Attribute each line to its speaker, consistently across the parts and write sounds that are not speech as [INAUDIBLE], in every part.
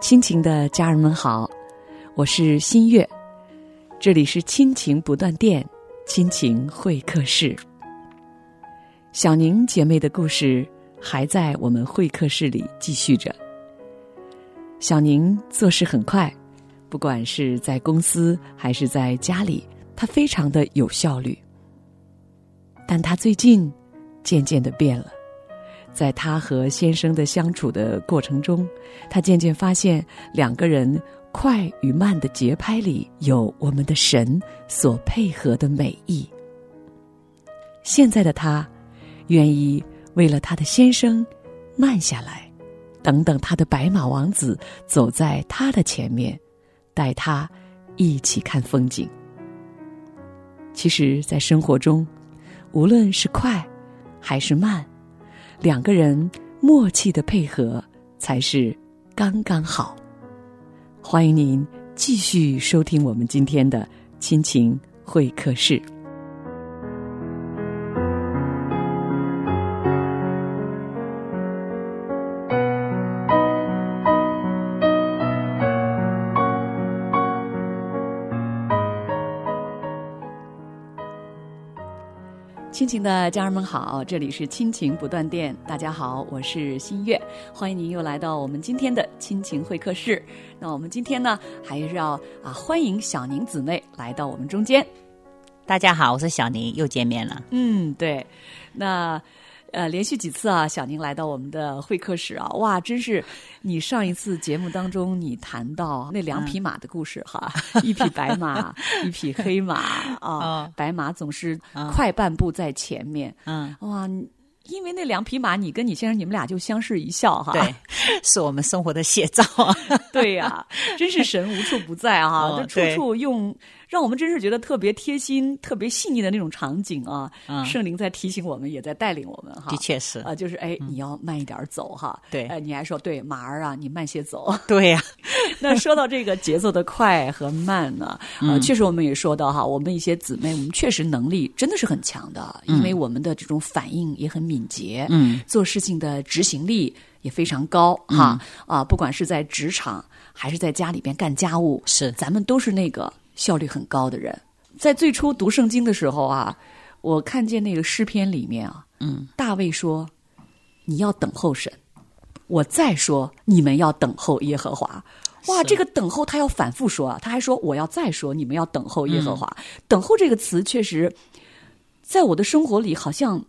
Speaker 1: 亲情的家人们好，我是新月，这里是亲情不断电，亲情会客室。小宁姐妹的故事还在我们会客室里继续着。小宁做事很快，不管是在公司还是在家里，她非常的有效率。但她最近渐渐的变了，在她和先生的相处的过程中，她渐渐发现两个人快与慢的节拍里有我们的神所配合的美意。现在的她，愿意为了她的先生慢下来。等等，他的白马王子走在他的前面，带他一起看风景。其实，在生活中，无论是快还是慢，两个人默契的配合才是刚刚好。欢迎您继续收听我们今天的亲情会客室。亲情的家人们好，这里是亲情不断电。大家好，我是新月，欢迎您又来到我们今天的亲情会客室。那我们今天呢，还是要啊欢迎小宁姊妹来到我们中间。
Speaker 2: 大家好，我是小宁，又见面了。
Speaker 1: 嗯，对，那。呃，连续几次啊，小宁来到我们的会客室啊，哇，真是！你上一次节目当中，你谈到那两
Speaker 2: 嗯
Speaker 1: 匹马的故事哈，一匹白马，
Speaker 2: [LAUGHS]
Speaker 1: 一匹黑马啊，
Speaker 2: 哦
Speaker 1: 白马总是
Speaker 2: 嗯
Speaker 1: 快半步在前面，
Speaker 2: 嗯，
Speaker 1: 哇，你因为那两匹马，你跟你先生你们俩就相视一笑哈，
Speaker 2: 对， [LAUGHS] 是我们生活的写照。啊
Speaker 1: 对呀、真是神无处不在啊！
Speaker 2: 哦
Speaker 1: 这、
Speaker 2: 对
Speaker 1: 处处用，让我们真是觉得特别贴心、特别细腻的那种场景啊！
Speaker 2: 嗯呃
Speaker 1: 圣灵在提醒我们，也在带领我们哈。
Speaker 2: 的确是
Speaker 1: 啊、，就是哎，你要慢一点儿走哈。
Speaker 2: 嗯对
Speaker 1: 呃，你还说对马儿啊，你慢些
Speaker 2: [LAUGHS]
Speaker 1: 走。
Speaker 2: 对呀，
Speaker 1: 那说到这个节奏的快和慢呢，
Speaker 2: 嗯
Speaker 1: 呃，确实我们也说到哈，我们一些姊妹，我们确实能力真的是很强的，因为我们的这种反应也很敏捷，
Speaker 2: 嗯，
Speaker 1: 做事情的执行力也非常高哈啊，不管是在职场还是在家里边干家务，
Speaker 2: 是
Speaker 1: 咱们都是那个效率很高的人。在最初读圣经的时候啊，我看见那个诗篇里面啊，
Speaker 2: 嗯，
Speaker 1: 大卫说：“你要等候神。”我再说，你们要等候耶和华。哇，
Speaker 2: 是
Speaker 1: 这个等候他要反复说啊，他还说我要再说，你们要等候耶和华。
Speaker 2: 嗯
Speaker 1: 等候这个词确实，在我的生活里好像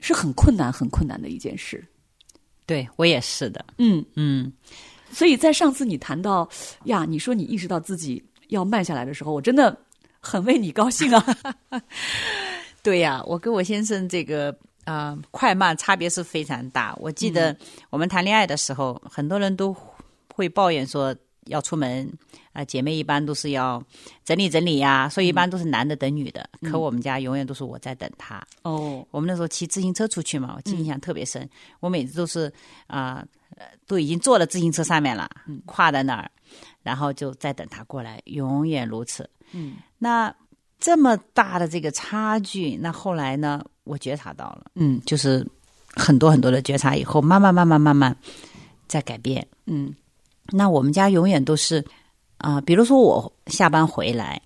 Speaker 1: 是很困难、很困难的一件事。
Speaker 2: 对我也是的。
Speaker 1: 嗯，
Speaker 2: 嗯，
Speaker 1: 所以在上次你谈到呀，你说你意识到自己要慢下来的时候，我真的很为你高兴啊。
Speaker 2: 对呀，我跟我先生这个啊、快慢差别是非常大。我记得我们谈恋爱的时候，很多人都会抱怨说要出门啊、姐妹一般都是要整理整理呀、所以一般都是男的等女的。可我们家永远都是我在等他。
Speaker 1: [LAUGHS] 哦，
Speaker 2: 我们那时候骑自行车出去
Speaker 1: 嗯
Speaker 2: 嘛，我记忆印象特别深。我每次都是啊、呃都已经坐了自行车上面了，
Speaker 1: 嗯
Speaker 2: 跨在那儿，然后就再等他过来，永远如此。
Speaker 1: 嗯，
Speaker 2: 那这么大的这个差距，那后来呢，我觉察到了，
Speaker 1: 嗯
Speaker 2: 就是很多很多的觉察以后，慢慢慢慢慢慢在改变。
Speaker 1: 嗯
Speaker 2: 那我们家永远都是啊、比如说我下班回来，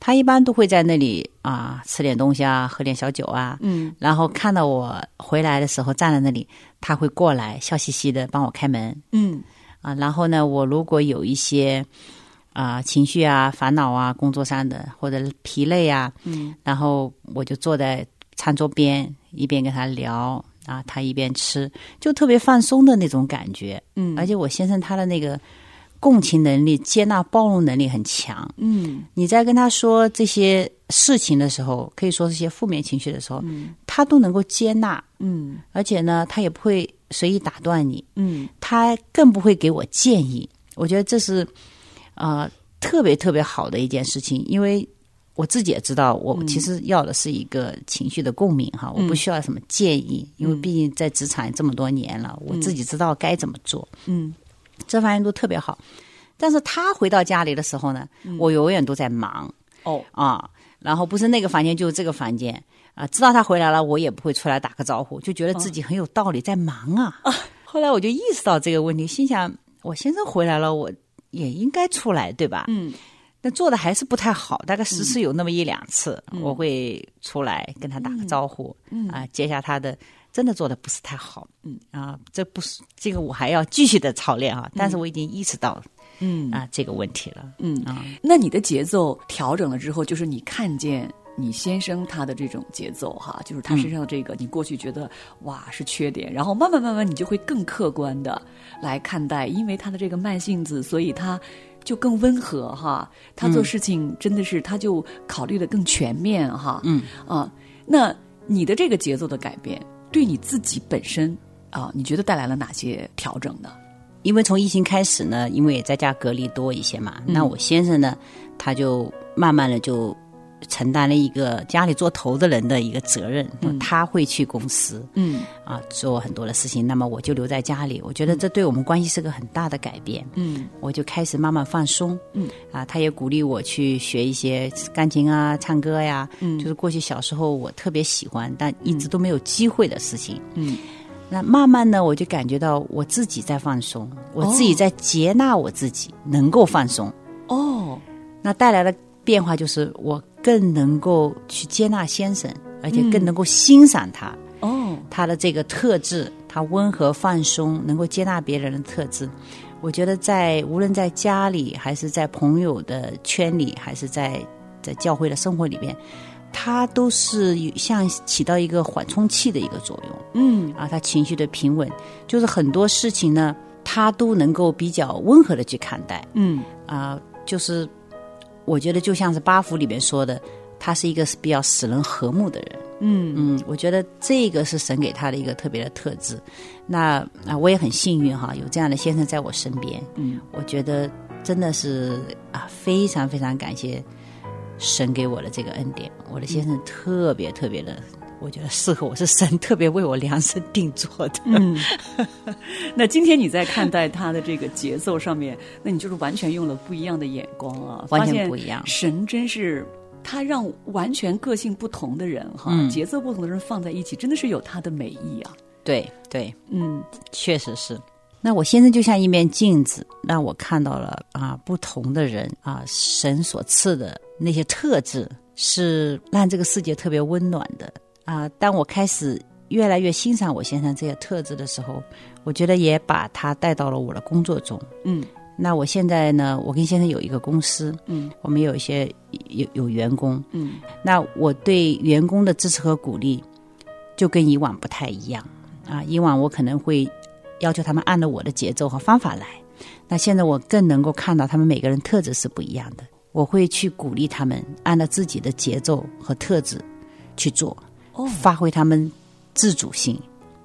Speaker 2: 他一般都会在那里啊、吃点东西啊，喝点小酒啊，
Speaker 1: 嗯，
Speaker 2: 然后看到我回来的时候站在那里，他会过来笑嘻嘻的帮我开门
Speaker 1: 嗯
Speaker 2: 啊。然后呢，我如果有一些啊、情绪啊、烦恼啊、工作上的或者疲累啊，
Speaker 1: 嗯，
Speaker 2: 然后我就坐在餐桌边，一边跟他聊啊，他一边吃，就特别放松的那种感觉。
Speaker 1: 嗯
Speaker 2: 而且我先生他的那个共情能力、接纳包容能力很强。
Speaker 1: 嗯
Speaker 2: 你在跟他说这些事情的时候，可以说是些负面情绪的时候，他都能够接纳，
Speaker 1: 嗯
Speaker 2: 而且呢，他也不会随意打断你，
Speaker 1: 嗯
Speaker 2: 他更不会给我建议。我觉得这是呃特别特别好的一件事情，因为我自己也知道，我其实要的是一个情绪的共鸣哈，我不需要什么建议，因为毕竟在职场这么多年了，我自己知道该怎么做，
Speaker 1: 嗯
Speaker 2: 这方面都特别好。但是他回到家里的时候呢，我永远都在忙，
Speaker 1: 哦
Speaker 2: 啊，然后不是那个房间就是这个房间啊，知道他回来了，我也不会出来打
Speaker 1: 哦啊
Speaker 2: 个招呼，就觉得自己很有道理，在忙啊。后来我就意识到这个问题，心想我先生回来了，我也应该出来，对吧？
Speaker 1: 嗯
Speaker 2: 那做的还是不太好，大概十次有那么一两次，我会出来跟他打个招呼，
Speaker 1: 嗯
Speaker 2: 啊，接下他的，真的做的不是太好，
Speaker 1: 嗯
Speaker 2: 啊，这不是这个我还要继续的操练啊，但是我已经意识到
Speaker 1: 嗯
Speaker 2: 啊这个问题了
Speaker 1: 嗯。
Speaker 2: 啊，
Speaker 1: 那你的节奏调整了之后，就是你看见你先生他的这种节奏哈，就是他身上的这个，你过去觉得哇是缺点，然后慢慢慢慢你就会更客观的来看待，因为他的这个慢性子，所以他。就更温和哈，
Speaker 2: 嗯
Speaker 1: 他做事情真的是，他就考虑的更全面哈。
Speaker 2: 嗯
Speaker 1: 啊，那你的这个节奏的改变，对你自己本身啊，你觉得带来了哪些调整呢？
Speaker 2: 因为从疫情开始呢，因为在家隔离多一些嘛，那我先生呢，他就慢慢的就承担了一个家里做头的人的一个责任，他会去公司，
Speaker 1: 嗯
Speaker 2: 啊做很多的事情，那么我就留在家里。我觉得这对我们关系是个很大的改变。
Speaker 1: 嗯
Speaker 2: 我就开始慢慢放松，
Speaker 1: 嗯，
Speaker 2: 啊，他也鼓励我去学一些钢琴啊、唱歌呀，嗯，就是过去小时候我特别喜欢，但一直都没有机会的事情。
Speaker 1: 嗯
Speaker 2: 那慢慢呢，我就感觉到我自己在放松，我自己在接纳我自己，能够放松。
Speaker 1: 哦
Speaker 2: 那带来的变化就是我更能够去接纳先生，而且更能够欣赏他。
Speaker 1: 哦
Speaker 2: 他的这个特质，他温和放松，能够接纳别人的特质。我觉得在无论在家里，还是在朋友的圈里，还是在在教会的生活里边，他都是有像起到一个缓冲器的一个作用
Speaker 1: 嗯
Speaker 2: 啊。他情绪的平稳，就是很多事情呢，他都能够比较温和的去看待
Speaker 1: 嗯
Speaker 2: 啊。就是我觉得就像是巴福里面说的，他是一个比较使人和睦的人。
Speaker 1: 嗯
Speaker 2: 嗯，我觉得这个是神给他的一个特别的特质。那啊，我也很幸运哈，有这样的先生在我身边。
Speaker 1: 嗯，
Speaker 2: 我觉得真的是啊，非常非常感谢神给我的这个恩典。我的先生特别特别的，我觉得适合我，是神特别为我量身定做的。
Speaker 1: 嗯， [LAUGHS] 那今天你在看待他的这个节奏上面，那你就是完全用了不一样的眼光啊，
Speaker 2: 完
Speaker 1: 发
Speaker 2: 全
Speaker 1: 现
Speaker 2: 不一样
Speaker 1: 神真是他让完全个性不同的人哈，
Speaker 2: 嗯
Speaker 1: 节奏不同的人放在一起，真的是有他的美意啊。
Speaker 2: 对对，
Speaker 1: 嗯
Speaker 2: 确实是。那我先生就像一面镜子，让我看到了啊，不同的人啊，神所赐的那些特质，是让这个世界特别温暖的啊。当我开始越来越欣赏我先生这些特质的时候，我觉得也把他带到了我的工作中。
Speaker 1: 嗯
Speaker 2: 那我现在呢，我跟先生有一个公司，
Speaker 1: 嗯
Speaker 2: 我们有一些有有员工，
Speaker 1: 嗯
Speaker 2: 那我对员工的支持和鼓励，就跟以往不太一样啊。以往我可能会要求他们按照我的节奏和方法来，那现在我更能够看到他们每个人特质是不一样的。我会去鼓励他们按照自己的节奏和特质去做，
Speaker 1: 哦，
Speaker 2: 发挥他们自主性，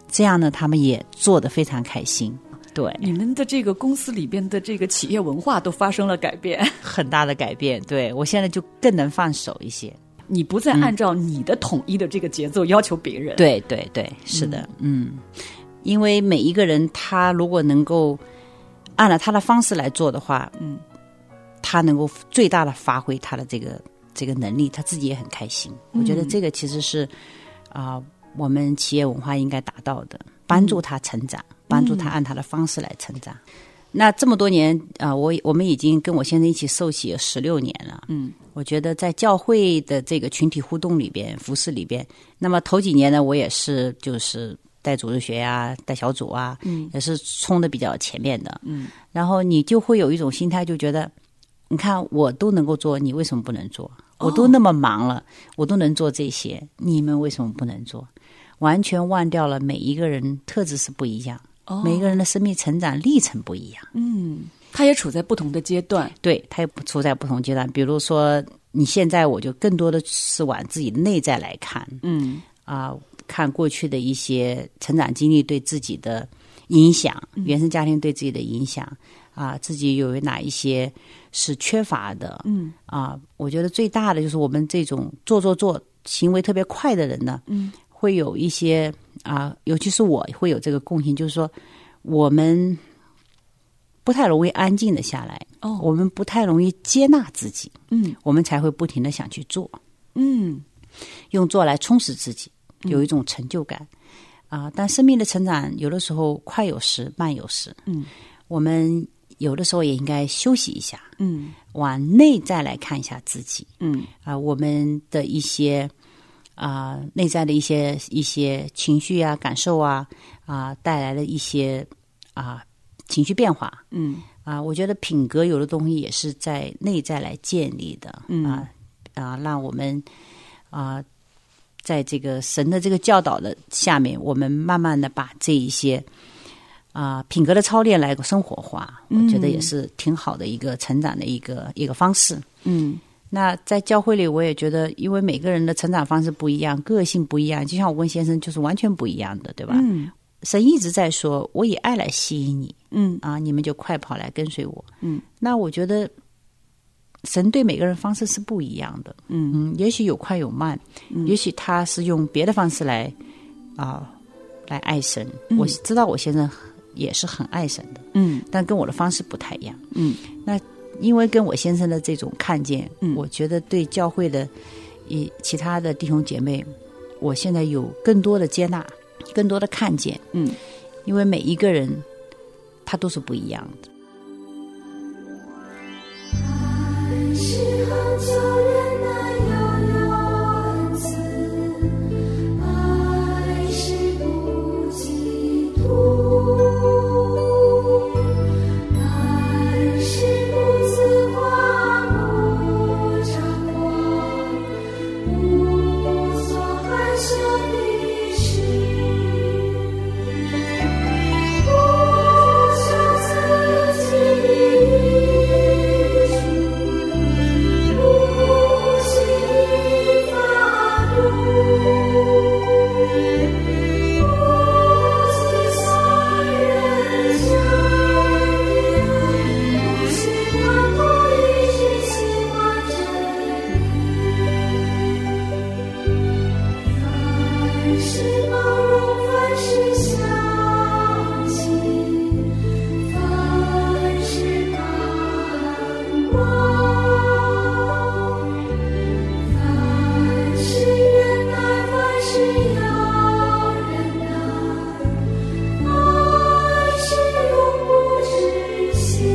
Speaker 2: 这样呢，他们也做得非常开心。对，
Speaker 1: 你们的这个公司里边的这个企业文化都发生了改变， [LAUGHS]
Speaker 2: 很大的改变。对我现在就更能放手一些。
Speaker 1: 你不再按照你的统一的这个节奏要求别人。，
Speaker 2: 对对对，是的，嗯因为每一个人他如果能够按照他的方式来做的话，
Speaker 1: 嗯，
Speaker 2: 他能够最大的发挥他的这个这个能力，他自己也很开心。我觉得
Speaker 1: 嗯
Speaker 2: 这个其实是啊、我们企业文化应该达到的，帮助他成长，
Speaker 1: 嗯
Speaker 2: 帮助他按他的方式来成长。那这么多年啊、我我们已经跟我先生一起受洗有十六年了。
Speaker 1: 嗯，
Speaker 2: 我觉得在教会的这个群体互动里边、服饰里边，那么头几年呢，我也是就是带主日学呀、带小组啊，
Speaker 1: 嗯，
Speaker 2: 也是冲的比较前面的。
Speaker 1: 嗯，
Speaker 2: 然后你就会有一种心态，就觉得你看我都能够做，你为什么不能做？
Speaker 1: 哦
Speaker 2: 我都那么忙了，我都能做这些，你们为什么不能做？完全忘掉了每一个人特质是不一样，
Speaker 1: 哦
Speaker 2: 每一个人的生命成长历程不一样。
Speaker 1: 嗯，他也处在不同的阶段。
Speaker 2: 对，它也不处在不同阶段。比如说，你现在我就更多的是往自己内在来看
Speaker 1: 嗯
Speaker 2: 啊、看过去的一些成长经历对自己的影响，
Speaker 1: 嗯
Speaker 2: 原生家庭对自己的影响啊、自己有哪一些是缺乏的
Speaker 1: 嗯
Speaker 2: 啊、我觉得最大的就是我们这种做做做行为特别快的人呢，
Speaker 1: 嗯，
Speaker 2: 会有一些啊、尤其是我会有这个共性，就是说我们不太容易安静的下来。
Speaker 1: 哦
Speaker 2: 我们不太容易接纳自己，
Speaker 1: 嗯
Speaker 2: 我们才会不停的想去做，
Speaker 1: 嗯
Speaker 2: 用做来充实自己，有一种成就感啊、但生命的成长有的时候快有时，慢有时。
Speaker 1: 嗯，
Speaker 2: 我们有的时候也应该休息一下，
Speaker 1: 嗯
Speaker 2: 往内在来看一下自己
Speaker 1: 嗯
Speaker 2: 啊、我们的一些啊、内在的一些一些情绪啊、感受啊啊、带来的一些啊、情绪变化
Speaker 1: 嗯
Speaker 2: 啊、我觉得品格有的东西也是在内在来建立的啊啊、
Speaker 1: 嗯
Speaker 2: 让我们啊、在这个神的这个教导的下面，我们慢慢的把这一些。啊、品格的操练来生活化，
Speaker 1: 嗯
Speaker 2: 我觉得也是挺好的一个成长的一个、一个方式。
Speaker 1: 嗯
Speaker 2: 那在教会里，我也觉得，因为每个人的成长方式不一样，个性不一样，就像我跟先生就是完全不一样的，对吧？
Speaker 1: 嗯
Speaker 2: 神一直在说：“我以爱来吸引你
Speaker 1: 嗯
Speaker 2: 啊，你们就快跑来跟随我。”
Speaker 1: 嗯，
Speaker 2: 那我觉得神对每个人方式是不一样的。
Speaker 1: 嗯
Speaker 2: 嗯，也许有快有慢，
Speaker 1: 嗯
Speaker 2: 也许他是用别的方式来啊、来爱神。
Speaker 1: 嗯
Speaker 2: 我知道我先生也是很爱神的，
Speaker 1: 嗯
Speaker 2: 但跟我的方式不太一样。
Speaker 1: 嗯
Speaker 2: 因为跟我先生的这种看见，
Speaker 1: 嗯
Speaker 2: 我觉得对教会的以其他的弟兄姐妹，我现在有更多的接纳，更多的看见，
Speaker 1: 嗯，
Speaker 2: 因为每一个人他都是不一样的。
Speaker 3: 是恒久忍耐，又有恩慈；爱是不嫉妒，爱是不自夸，不张狂，无所害羞的事，不求自己的益处。不惜发怒，不计算人间的恨，不喜欢不义，只喜欢真理。凡事包容，凡事相信。凡事盼望，凡事忍耐，凡事要忍耐，爱是永不止息。
Speaker 1: 嗯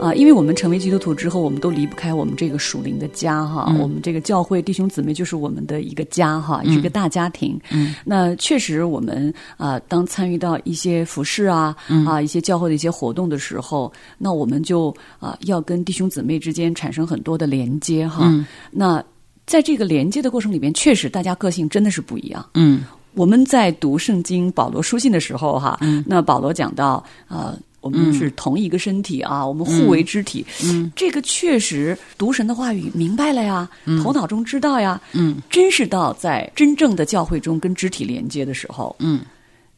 Speaker 1: 啊，因为我们成为基督徒之后，我们都离不开我们这个属灵的家哈，
Speaker 2: 嗯
Speaker 1: 我们这个教会弟兄姊妹就是我们的一个家哈，
Speaker 2: 嗯
Speaker 1: 是个大家庭。
Speaker 2: 嗯，
Speaker 1: 那确实我们啊、当参与到一些服饰啊
Speaker 2: 嗯
Speaker 1: 啊一些教会的一些活动的时候，那我们就啊、要跟弟兄姊妹之间产生很多的连接哈。
Speaker 2: 嗯
Speaker 1: 那在这个连接的过程里面，确实大家个性真的是不一样。
Speaker 2: 嗯
Speaker 1: 我们在读圣经保罗书信的时候哈，那保罗讲到呃。我们是同一个身体啊，我们互为肢体。
Speaker 2: 嗯
Speaker 1: 这个确实读神的话语明白了呀，头脑中知道呀，
Speaker 2: 嗯
Speaker 1: 真是到在真正的教会中跟肢体连接的时候，
Speaker 2: 嗯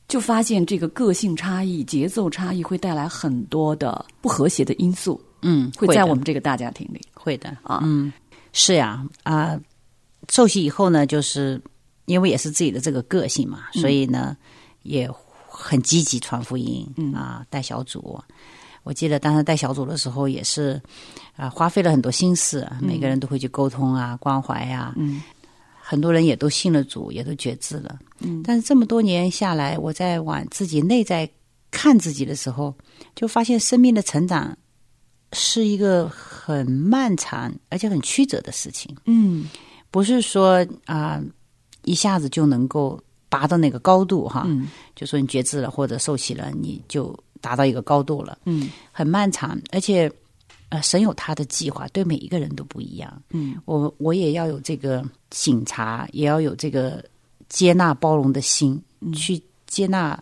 Speaker 1: 就发现这个个性差异、节奏差异会带来很多的不和谐的因素，
Speaker 2: 嗯，
Speaker 1: 会
Speaker 2: 的
Speaker 1: 在我们这个大家庭里
Speaker 2: 会的，
Speaker 1: 啊。
Speaker 2: 嗯，是呀，啊、受洗以后呢，就是因为也是自己的这个个性嘛，
Speaker 1: 嗯
Speaker 2: 所以呢也很积极传福音
Speaker 1: 嗯
Speaker 2: 啊、带小组。我记得当时带小组的时候，也是啊、花费了很多心思，啊每个人都会去沟通啊、关怀呀、
Speaker 1: 嗯
Speaker 2: 很多人也都信了主，也都觉知了。
Speaker 1: 嗯
Speaker 2: 但是这么多年下来，我在往自己内在看自己的时候，就发现生命的成长是一个很漫长而且很曲折的事情，
Speaker 1: 嗯
Speaker 2: 不是说啊、一下子就能够拔到那个高度哈。
Speaker 1: 嗯
Speaker 2: 就说你觉知了或者受洗了，你就达到一个高度了，
Speaker 1: 嗯
Speaker 2: 很漫长，而且呃，神有他的计划，对每一个人都不一样。
Speaker 1: 嗯
Speaker 2: 我我也要有这个醒察，也要有这个接纳包容的心，去接纳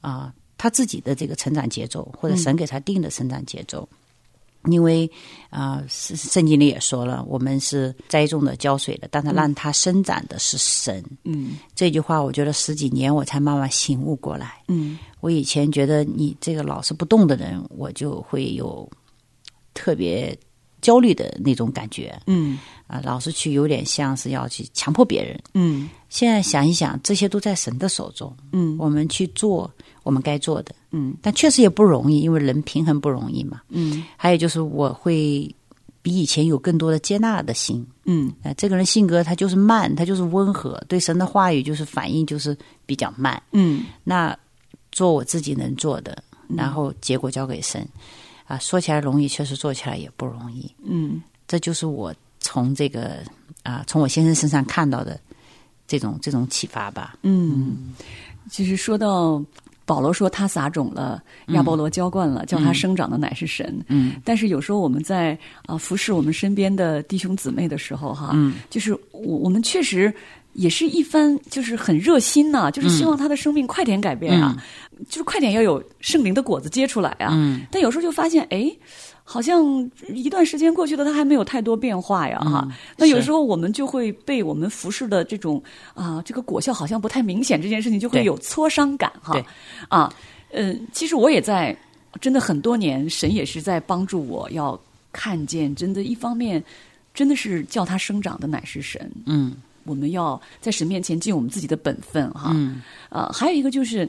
Speaker 2: 啊、他自己的这个成长节奏，或者神给他定的成长节奏。因为啊、圣圣经里也说了，我们是栽种的、浇水的，但他让它生长的是神。
Speaker 1: 嗯
Speaker 2: 这句话，我觉得十几年我才慢慢醒悟过来。
Speaker 1: 嗯
Speaker 2: 我以前觉得你这个老是不动的人，我就会有特别焦虑的那种感觉
Speaker 1: 嗯
Speaker 2: 啊，老是去有点像是要去强迫别人。
Speaker 1: 嗯
Speaker 2: 现在想一想，这些都在神的手中，
Speaker 1: 嗯
Speaker 2: 我们去做我们该做的，
Speaker 1: 嗯，
Speaker 2: 但确实也不容易，因为人平衡不容易嘛。
Speaker 1: 嗯
Speaker 2: 还有就是我会比以前有更多的接纳的心，
Speaker 1: 嗯
Speaker 2: 啊，这个人性格他就是慢，他就是温和，对神的话语就是反应就是比较慢，
Speaker 1: 嗯
Speaker 2: 那做我自己能做的，然后结果交给神。啊，说起来容易，确实做起来也不容易。
Speaker 1: 嗯
Speaker 2: 这就是我从这个啊，从我先生身上看到的这种这种启发吧。
Speaker 1: 嗯，其实说到保罗说他撒种了，亚波罗浇灌了，叫他生长的乃是神。
Speaker 2: 嗯
Speaker 1: 但是有时候我们在啊、服侍我们身边的弟兄姊妹的时候，哈，
Speaker 2: 嗯
Speaker 1: 就是我我们确实。也是一番，就是很热心呐、就是希望他的生命快点改变啊，就是快点要有圣灵的果子结出来啊。
Speaker 2: 嗯
Speaker 1: 但有时候就发现，哎，好像一段时间过去了，它还没有太多变化呀，哈。那有
Speaker 2: 嗯是
Speaker 1: 时候我们就会被我们服饰的这种啊、这个果效好像不太明显这件事情，就会
Speaker 2: 对
Speaker 1: 有挫伤感，哈
Speaker 2: 对。
Speaker 1: 啊，嗯、其实我也在，真的很多年，神也是在帮助我要看见，真的，一方面真的是叫它生长的乃是神，
Speaker 2: 嗯
Speaker 1: 我们要在神面前尽我们自己的本分，哈。
Speaker 2: 嗯
Speaker 1: 呃，还有一个就是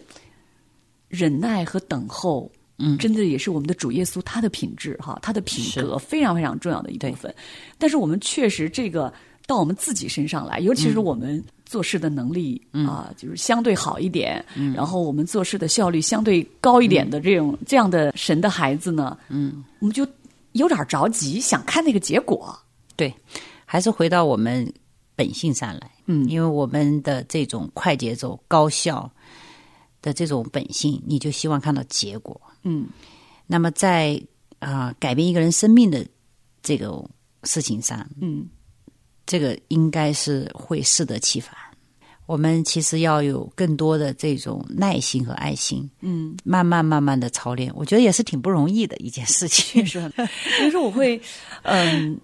Speaker 1: 忍耐和等候，
Speaker 2: 嗯
Speaker 1: 真的也是我们的主耶稣他的品质哈，他的品格非常非常重要的一部分。但是我们确实这个到我们自己身上来，尤其是我们做事的能力啊、就是相对好一点，然后我们做事的效率相对高一点的这种、这样的神的孩子呢，
Speaker 2: 嗯，
Speaker 1: 我们就有点着急，想看那个结果。
Speaker 2: 对，还是回到我们本性上来，
Speaker 1: 嗯
Speaker 2: 因为我们的这种快节奏、高效的这种本性，你就希望看到结果。
Speaker 1: 嗯
Speaker 2: 那么在啊、改变一个人生命的这个事情上，
Speaker 1: 嗯
Speaker 2: 这个应该是会适得其反。我们其实要有更多的这种耐心和爱心，
Speaker 1: 嗯，
Speaker 2: 慢慢慢慢的操练，我觉得也是挺不容易的一件事情。
Speaker 1: 是很，有时候我会，嗯，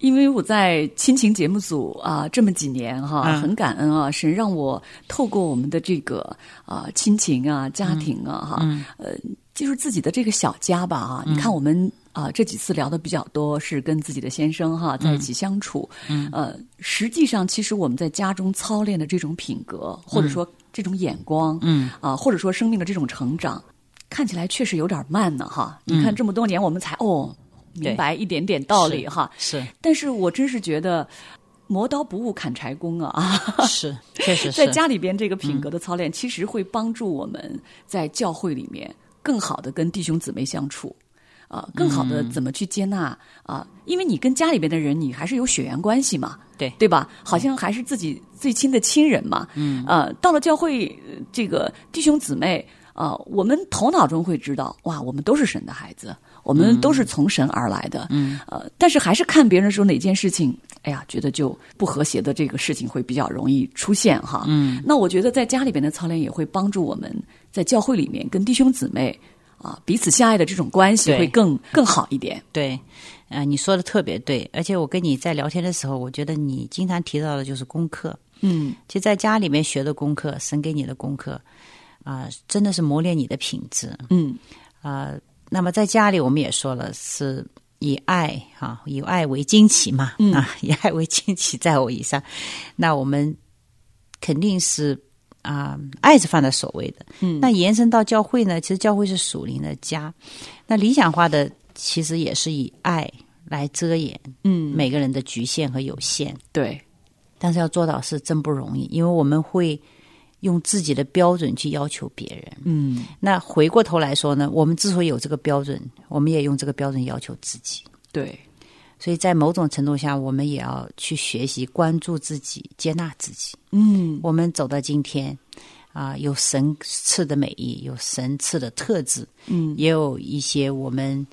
Speaker 1: 因为我在亲情节目组啊、这么几年哈、
Speaker 2: 嗯
Speaker 1: 很感恩啊，神让我透过我们的这个啊、亲情啊、家庭啊哈、呃，就是自己的这个小家吧啊，你看我们。啊，这几次聊的比较多是跟自己的先生哈在一起相处，嗯，呃，实际上其实我们在家中操练的这种品格，或者说这种眼光，
Speaker 2: [LAUGHS] 嗯，
Speaker 1: 啊，或者说生命的这种成长，看起来确实有点慢呢哈。你看这么多年，我们才哦明白一点点道理哈。
Speaker 2: 嗯 [LAUGHS] 是
Speaker 1: 但是我真是觉得磨刀不误砍柴工啊啊！
Speaker 2: 是，确实
Speaker 1: [LAUGHS] 在
Speaker 2: 是。嗯
Speaker 1: 家里边这个品格的操练，其实会帮助我们在教会里面更好的跟弟兄姊妹相处。呃，更好
Speaker 2: 嗯
Speaker 1: 的怎么去接纳啊、因为你跟家里边的人，你还是有血缘关系嘛，
Speaker 2: 对
Speaker 1: 对吧？好像还是自己最亲的亲人嘛，嗯，呃，到了教会，呃这个弟兄姊妹啊、呃我们头脑中会知道，哇，我们都是神的孩子，我们都是从神而来的，嗯，呃，但是还是看别人说哪件事情，哎呀，觉得就不和谐的这个事情会比较容易出现哈，嗯，那我觉得在家里边的操练也会帮助我们在教会里面跟弟兄姊妹。啊，彼此相爱的这种关系
Speaker 2: 对
Speaker 1: 会更更好一点。
Speaker 2: 对，呃，你说的特别对，而且我跟你在聊天的时候，我觉得你经常提到的就是功课。
Speaker 1: 嗯，
Speaker 2: 其实在家里面学的功课，神给你的功课，啊、真的是磨练你的品质。
Speaker 1: 嗯，
Speaker 2: 啊、那么在家里我们也说了，是以爱哈、以爱为惊奇嘛，
Speaker 1: 嗯
Speaker 2: 啊， [LAUGHS] 以爱为惊奇，在我以上，那我们肯定是。啊、爱是放在所谓的，嗯，那延伸到教会呢？其实教会是属灵的家，那理想化的其实也是以爱来遮掩，
Speaker 1: 嗯，
Speaker 2: 每个人的局限和有限，
Speaker 1: 对，
Speaker 2: 但是要做到是真不容易，因为我们会用自己的标准去要求别人。
Speaker 1: 嗯，
Speaker 2: 那回过头来说呢，我们之所以有这个标准，我们也用这个标准要求自己。
Speaker 1: 对，
Speaker 2: 所以在某种程度下，我们也要去学习关注自己、接纳自己。
Speaker 1: 嗯，
Speaker 2: 我们走到今天，啊、有神赐的美意，有神赐的特质，
Speaker 1: 嗯，
Speaker 2: 也有一些我们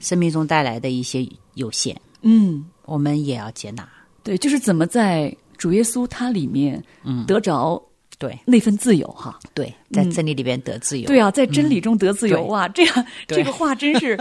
Speaker 2: 生命中带来的一些有限，
Speaker 1: 嗯，
Speaker 2: 我们也要接纳。
Speaker 1: 对，就是怎么在主耶稣他里面，嗯，得着
Speaker 2: 对
Speaker 1: 那份自由哈。
Speaker 2: 对，在真理里边得自
Speaker 1: 嗯
Speaker 2: 由。
Speaker 1: 对啊，在真理中得自由，
Speaker 2: 对
Speaker 1: 哇，这样
Speaker 2: 对
Speaker 1: 这个话真是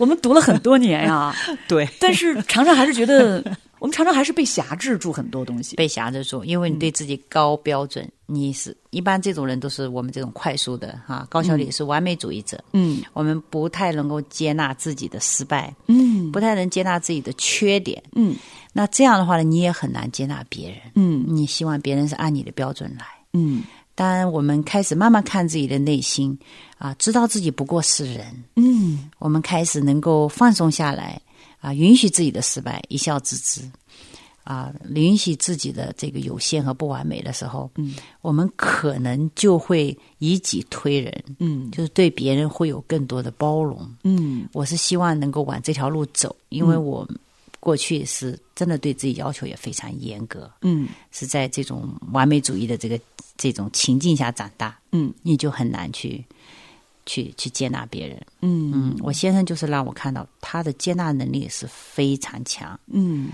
Speaker 1: 我们读了很多年呀、
Speaker 2: 对，
Speaker 1: 但是常常还是觉得我们常常还是被辖制住很多东西。
Speaker 2: 被挟制住，因
Speaker 1: 嗯
Speaker 2: 为你对自己高标准，你是一般这种人都是我们这种快速的哈、高效率是完美主义者，
Speaker 1: 嗯
Speaker 2: 我们不太能够接纳自己的失败，
Speaker 1: 嗯
Speaker 2: 不太能接纳自己的缺点。
Speaker 1: 嗯
Speaker 2: 那这样的话呢，你也很难接纳别人，
Speaker 1: 嗯
Speaker 2: 你希望别人是按你的标准来。
Speaker 1: 嗯
Speaker 2: 当然，我们开始慢慢看自己的内心，啊，知道自己不过是人，
Speaker 1: 嗯，
Speaker 2: 我们开始能够放松下来，啊，允许自己的失败，一笑置之，啊，允许自己的这个有限和不完美的时候，嗯，我们可能就会以己推人，
Speaker 1: 嗯
Speaker 2: 就是对别人会有更多的包容。
Speaker 1: 嗯
Speaker 2: 我是希望能够往这条路走，因为我过去是真的对自己要求也非常严格，
Speaker 1: 嗯
Speaker 2: 是在这种完美主义的这个这种情境下长大，
Speaker 1: 嗯
Speaker 2: 你就很难去去去接纳别人。
Speaker 1: 嗯
Speaker 2: 嗯，我先生就是让我看到他的接纳能力是非常强
Speaker 1: 嗯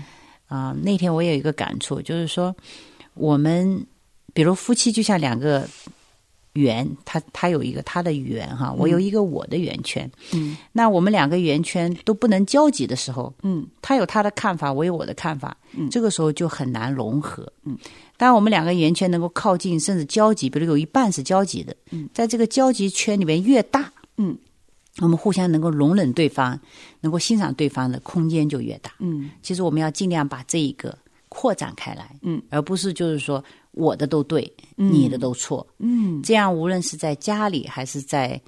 Speaker 2: 啊、那天我也有一个感触，就是说我们比如夫妻就像两个圆，他他有一个他的圆哈，我有一个我的圆圈。
Speaker 1: 嗯，
Speaker 2: 那我们两个圆圈都不能交集的时候，
Speaker 1: 嗯，
Speaker 2: 他有他的看法，我有我的看法，嗯，这个时候就很难融合。嗯，当我们两个圆圈能够靠近，甚至交集，比如有一半是交集的，嗯，在这个交集圈里面越大，
Speaker 1: 嗯，
Speaker 2: 我们互相能够容忍对方，能够欣赏对方的空间就越大。
Speaker 1: 嗯
Speaker 2: 其实我们要尽量把这一个扩展开来，
Speaker 1: 嗯，
Speaker 2: 而不是就是说我的都对，你的都错，
Speaker 1: 嗯
Speaker 2: 这样无论是在家里还是在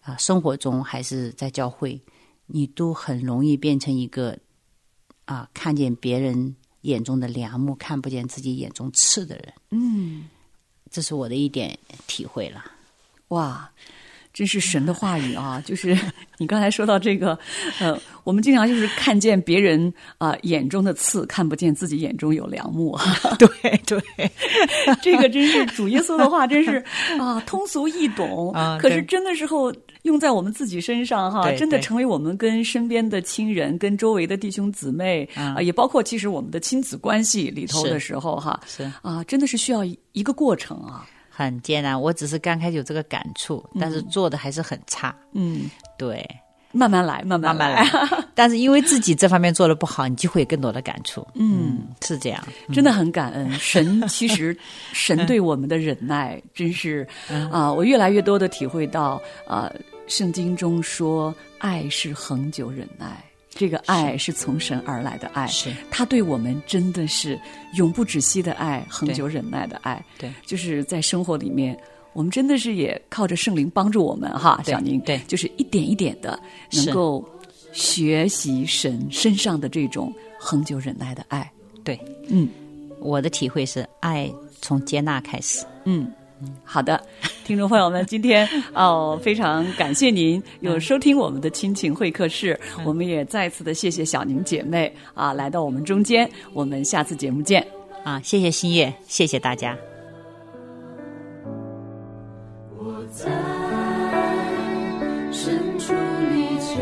Speaker 2: 啊、生活中，还是在教会，你都很容易变成一个啊、看见别人眼中的梁木，看不见自己眼中刺的人。
Speaker 1: 嗯，
Speaker 2: 这是我的一点体会了。
Speaker 1: 哇，真是神的话语
Speaker 2: [LAUGHS]
Speaker 1: 啊！就是你刚才说到这个，呃，我们经常就是看见别人啊、眼中的刺，看不见自己眼中有梁木
Speaker 2: [LAUGHS]
Speaker 1: 啊。
Speaker 2: 对对，
Speaker 1: 这个真是主耶稣的话，真
Speaker 2: [LAUGHS]
Speaker 1: 是啊，通俗易懂。
Speaker 2: 啊
Speaker 1: 可是
Speaker 2: 对
Speaker 1: 真的时候用在我们自己身上哈，
Speaker 2: 对
Speaker 1: 真的
Speaker 2: 对
Speaker 1: 成为我们跟身边的亲人、跟周围的弟兄姊妹啊、
Speaker 2: 啊
Speaker 1: 也包括其实我们的亲子关系里头
Speaker 2: 是
Speaker 1: 的时候哈，
Speaker 2: 是
Speaker 1: 啊，真的是需要一一个过程啊。
Speaker 2: 很艰难。我只是刚开始有这个感触，但是做的还是很差。
Speaker 1: 嗯，
Speaker 2: 对，
Speaker 1: 慢慢来，慢慢
Speaker 2: 慢慢来。 [LAUGHS] 但是因为自己这方面做的不好，你就会有更多的感触。嗯，是这样。
Speaker 1: 真的很感恩神。其
Speaker 2: [LAUGHS]
Speaker 1: 实，神对我们的忍耐，真是
Speaker 2: 嗯
Speaker 1: 啊、我越来越多的体会到，啊，圣经中说，爱是恒久忍耐，这个爱是从神而来的爱，
Speaker 2: 是
Speaker 1: 他对我们真的是永不止息的爱，恒久忍耐的爱。
Speaker 2: 对
Speaker 1: 就是在生活里面，我们真的是也靠着圣灵帮助我们哈，
Speaker 2: 对
Speaker 1: 小宁，
Speaker 2: 对
Speaker 1: 就是一点一点的
Speaker 2: 是
Speaker 1: 能够学习神身上的这种恒久忍耐的爱。
Speaker 2: 对，
Speaker 1: 嗯。
Speaker 2: 我的体会是，爱从接纳开始。
Speaker 1: 嗯，好的，听众朋友们，今天哦，非常感谢您有收听我们的亲情会客室，我们也再次的谢谢小宁姐妹啊，来到我们中间，我们下次节目见。
Speaker 2: 啊，谢谢新月，谢谢大家。
Speaker 3: 我在深处里求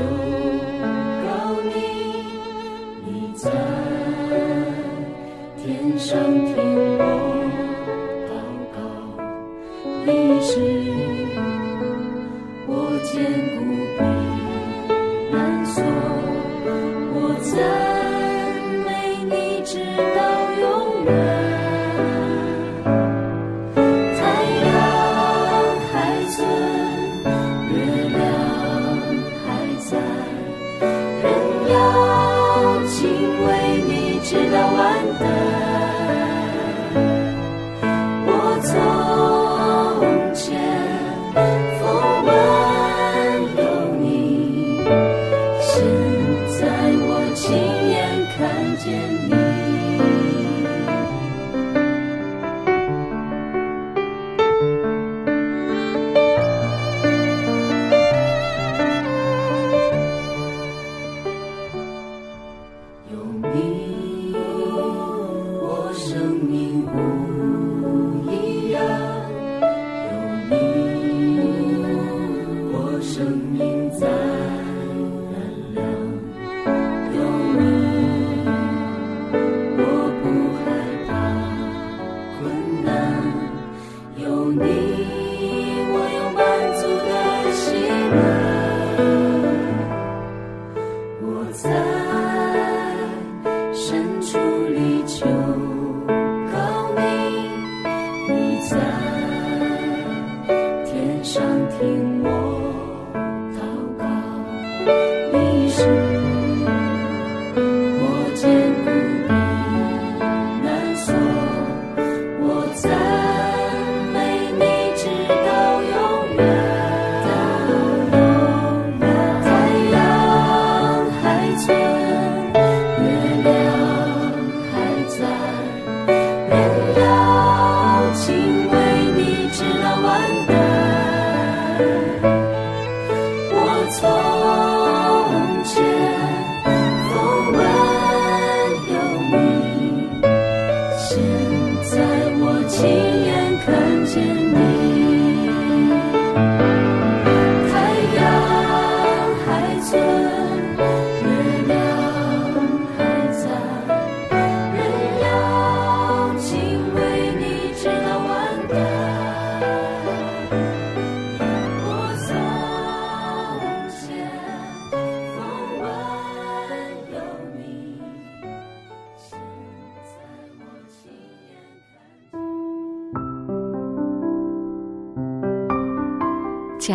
Speaker 3: 告你，你在天上听我祷告。你是我坚固避难所，我赞美你直到永远。太阳还存，月亮还在，人要敬畏你直到万代。我从前风闻有你，现在我亲眼看见你。有你，我生命不一样。有你，我生命在燃亮。有你，我不害怕困难。有你，我有满足的啊喜乐。我在深处里求告你，你在天上听我祷告。你是我坚固避难所，我赞美你直到永远，到永远。太阳还存，月亮还在，人要敬畏你直到万代。我从前风闻有你，现在我亲眼看见你。太阳还存，月亮还在，人要敬畏你直到万代。我从前风闻有你，现在我亲眼看见。
Speaker 1: 亲